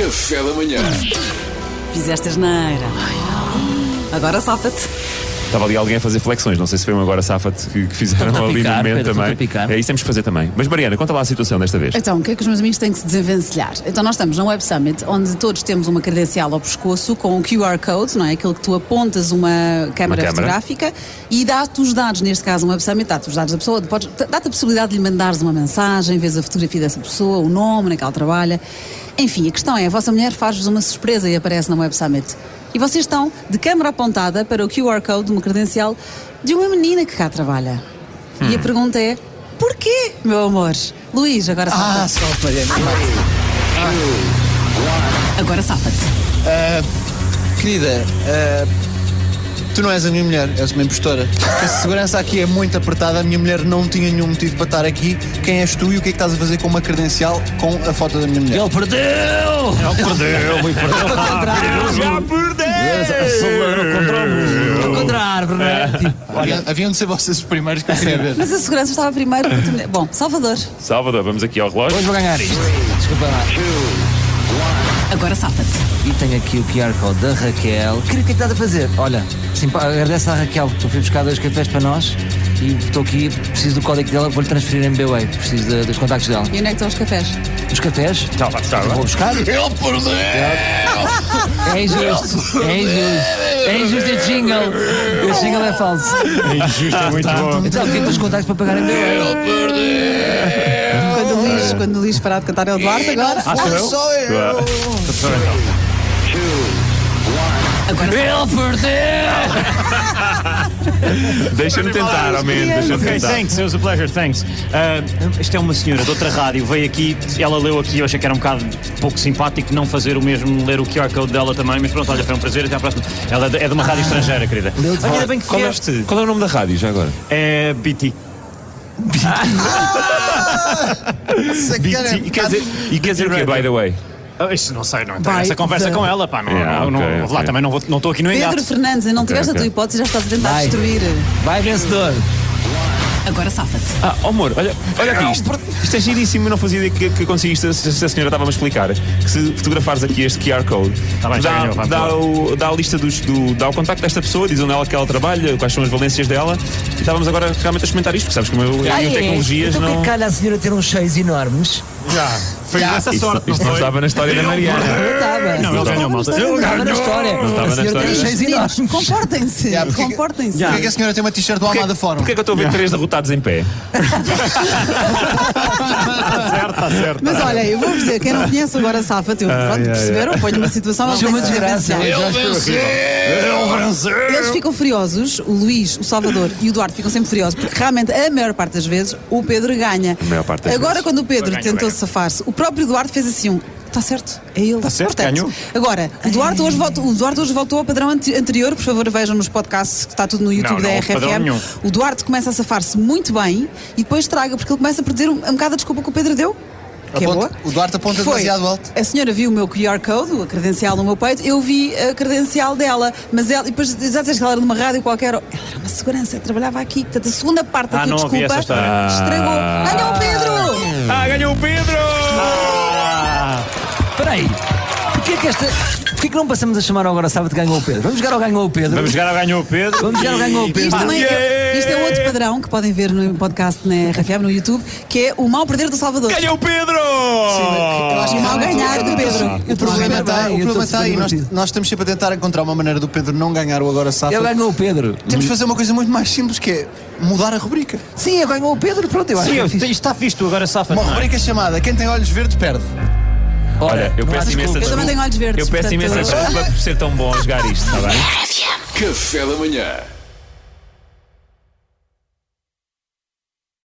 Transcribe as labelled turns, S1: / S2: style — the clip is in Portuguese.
S1: Café da manhã.
S2: Fizeste asneira. Agora safa-te.
S3: Estava ali alguém a fazer flexões, não sei se foi um agora safate que, que fizeram
S4: Estão-te a
S3: ali
S4: picar,
S3: no momento
S4: Pedro, estão-te
S3: também.
S4: a picar.
S3: É isso que temos que fazer também. Mas Mariana, conta lá a situação desta vez.
S2: Então, o que é que os meus amigos têm que se desenvencilhar? Então, nós estamos num Web Summit, onde todos temos uma credencial ao pescoço com um QR Code, não é? Aquilo que tu apontas uma câmara
S3: câmara.
S2: fotográfica e dá-te os dados, neste caso, um Web Summit, dá-te os dados da pessoa, podes- dá-te a possibilidade de lhe mandares uma mensagem, vês a fotografia dessa pessoa, o nome na que ela trabalha. Enfim, a questão é: a vossa mulher faz-vos uma surpresa e aparece no Web Summit. E vocês estão de câmara apontada para o QR Code de uma credencial de uma menina que cá trabalha. E a pergunta é: porquê, meu amor? Luís, agora sabe.
S5: Ah, só para
S2: Agora safa-te.
S5: Querida, ah, tu não és a minha mulher, és uma impostora. A segurança aqui é muito apertada, a minha mulher não tinha nenhum motivo para estar aqui. Quem és tu e o que é que estás a fazer com uma credencial com a foto da minha mulher?
S4: Ele perdeu!
S3: Então,
S4: Ao contrário, Bernardo.
S5: Olha, haviam de ser vocês os primeiros que eu queria ver.
S2: Mas a segurança estava primeiro. porque tu me- Bom, Salvador.
S3: Salvador, vamos aqui ao relógio.
S4: Hoje vou ganhar isto. Desculpa lá.
S2: Agora safa-te.
S4: E tenho aqui o QR Code da Raquel. Querido, o que é que estás a fazer? Olha, simpa- agradece à Raquel que tu fui buscar dois cafés para nós e estou aqui, preciso do código dela, vou-lhe transferir em BWay. Preciso de- dos contactos dela.
S2: E onde é que estão os cafés?
S4: Os cafés? Tá, Vou buscar. Ele perdeu! É injusto, é injusto. É injusto este jingle. Este jingle é falso.
S3: Justo, é muito bom.
S4: Então, quem tem os contactos para pagar em BWay?
S2: Quando o Luís, quando o Luís parar de cantar, é o Duarte agora.
S3: Ah,
S5: Só eu!
S4: Ele perdeu!
S3: Deixa-me tentar, ao menos. Deixa-me
S6: Ok,
S3: tentar.
S6: thanks, it was a pleasure, thanks. Ah, esta é uma senhora de outra rádio, veio aqui, ela leu aqui, eu achei que era um bocado pouco simpático não fazer o mesmo, ler o QR Code dela também, mas pronto, olha, foi um prazer, até à próxima. Ela é de- é de uma rádio estrangeira, querida. Olha, ainda bem que
S3: Qual é,
S6: vieste.
S3: qual é o nome da rádio já agora?
S6: É BT.
S3: BT. E quer dizer, e quer dizer o quê, by the way?
S6: Ah, Isso não sei, não interessa.
S2: Vai,
S6: Conversa
S2: vai.
S6: com ela, pá, não,
S3: Yeah,
S6: não,
S3: ok,
S6: não-
S3: ok.
S6: lá também não estou aqui no
S2: Pedro
S6: engate.
S2: Fernandes, ainda não tiveste
S3: ok.
S2: a tua hipótese, já estás a tentar
S4: Vai.
S2: destruir.
S4: Vai, vencedor!
S2: Agora safa-te.
S3: Ah, oh, amor, olha, olha aqui isto. Isto é giríssimo, eu não fazia ideia que, que conseguia isto. Se se a senhora estava-me a explicar que se fotografares aqui este QR Code,
S6: Tá bem, já
S3: dá,
S6: ganhou, vá,
S3: dá,
S6: tá
S3: o, dá a lista dos. Do, dá o contacto desta pessoa, diz onde ela que ela trabalha, quais são as valências dela. E estávamos agora realmente a experimentar isto, porque sabes que eu, eu,
S4: Ah, é?
S3: tecnologias
S4: então,
S3: não.
S4: que calha a senhora ter uns cheios enormes?
S6: Foi essa
S3: Isto,
S6: sorte,
S3: isto não
S6: não foi?
S3: estava na história da Mariana.
S2: Estava.
S6: Não, ele ganhou, malta.
S4: Não estava na história.
S3: estava
S4: A
S3: na
S4: senhora tem
S3: história.
S4: uns cheios enormes.
S2: Luís, Comportem-se.
S5: Yeah, porque-
S2: Comportem-se.
S5: Porquê é que a senhora tem uma t-shirt do Almada Fórum?
S3: Porquê é que eu estou a ver três derrotados em pé?
S5: é
S2: Mas olha, eu vou dizer, quem não conhece agora safa-te. Eu- Pronto, perceberam? Ponho uma situação. onde
S4: Isso é uma
S2: tem que se
S4: desgraça.
S2: diferenciar. Eles ficam furiosos, o Luís, o Salvador e o Duarte ficam sempre furiosos, porque realmente, a maior parte das vezes, o Pedro ganha.
S3: A maior parte das
S2: agora,
S3: vezes.
S2: quando o Pedro
S6: Ganha,
S2: tentou
S6: ganha.
S2: safar-se, o próprio Duarte fez assim um. Está certo, é ele.
S3: Tá
S2: Está
S6: certo, ganhou."
S2: Agora, o Duarte, hoje voltou, o Duarte hoje voltou ao padrão ante- anterior, por favor, vejam nos podcasts, que está tudo no YouTube
S6: não
S2: da
S6: houve padrão nenhum.
S2: RFM. O Duarte começa a safar-se muito bem e depois traga, porque ele começa a perder um, um bocado a desculpa que o Pedro deu. Que é
S5: Aponta-
S2: boa.
S5: o Duarte aponta
S2: Foi.
S5: demasiado alto.
S2: A senhora viu o meu QR Code, a credencial no meu peito, eu vi a credencial dela, mas ela, e depois já disseste que ela era de uma rádio qualquer, ela era uma segurança, trabalhava aqui. Portanto, a segunda parte da
S6: Ah,
S2: tua
S6: não ouvi
S2: desculpa
S6: essa história.
S2: estragou. Ganhou o Pedro!
S3: Ah, ganhou o Pedro!
S4: Espera aí. Porquê é que esta... Porquê é que não passamos a chamar ao agora sábado que ganhou o Pedro? Vamos jogar ao ganhou o Pedro?
S6: Vamos jogar ao ganhou o Pedro.
S4: Vamos jogar ao ganhou o Pedro?
S2: Isto, também é, isto é outro padrão que podem ver no podcast na RFM, no YouTube, que é o mal perder do Salvador.
S3: Ganhou o Pedro!
S5: Eu acho
S2: O mal ganhar do
S6: Ah,
S2: Pedro.
S5: O problema
S3: é
S4: Super
S5: está,
S4: bem,
S5: o
S4: eu estou
S5: problema está
S4: super
S5: aí. Nós,
S4: divertido.
S5: nós estamos sempre a tentar encontrar uma maneira do Pedro não ganhar o Agora Safa.
S4: Ele ganhou É o Pedro.
S5: Temos de fazer uma coisa muito mais simples que é mudar a rubrica.
S4: Sim, eu ganhou o Pedro. Pronto, eu acho
S6: Sim,
S4: que
S6: eu-
S4: é
S6: isto
S4: fixe.
S6: está visto agora, safa.
S5: Uma
S6: não é?
S5: rubrica chamada Quem tem olhos verdes perde.
S3: Olha, eu
S4: não há
S3: peço imensa
S4: desculpa.
S2: Eu também tenho olhos verdes.
S3: Eu peço
S2: portanto,
S3: tá imensa desculpa por ser tão bom a jogar isto, está bem?
S1: Café da manhã.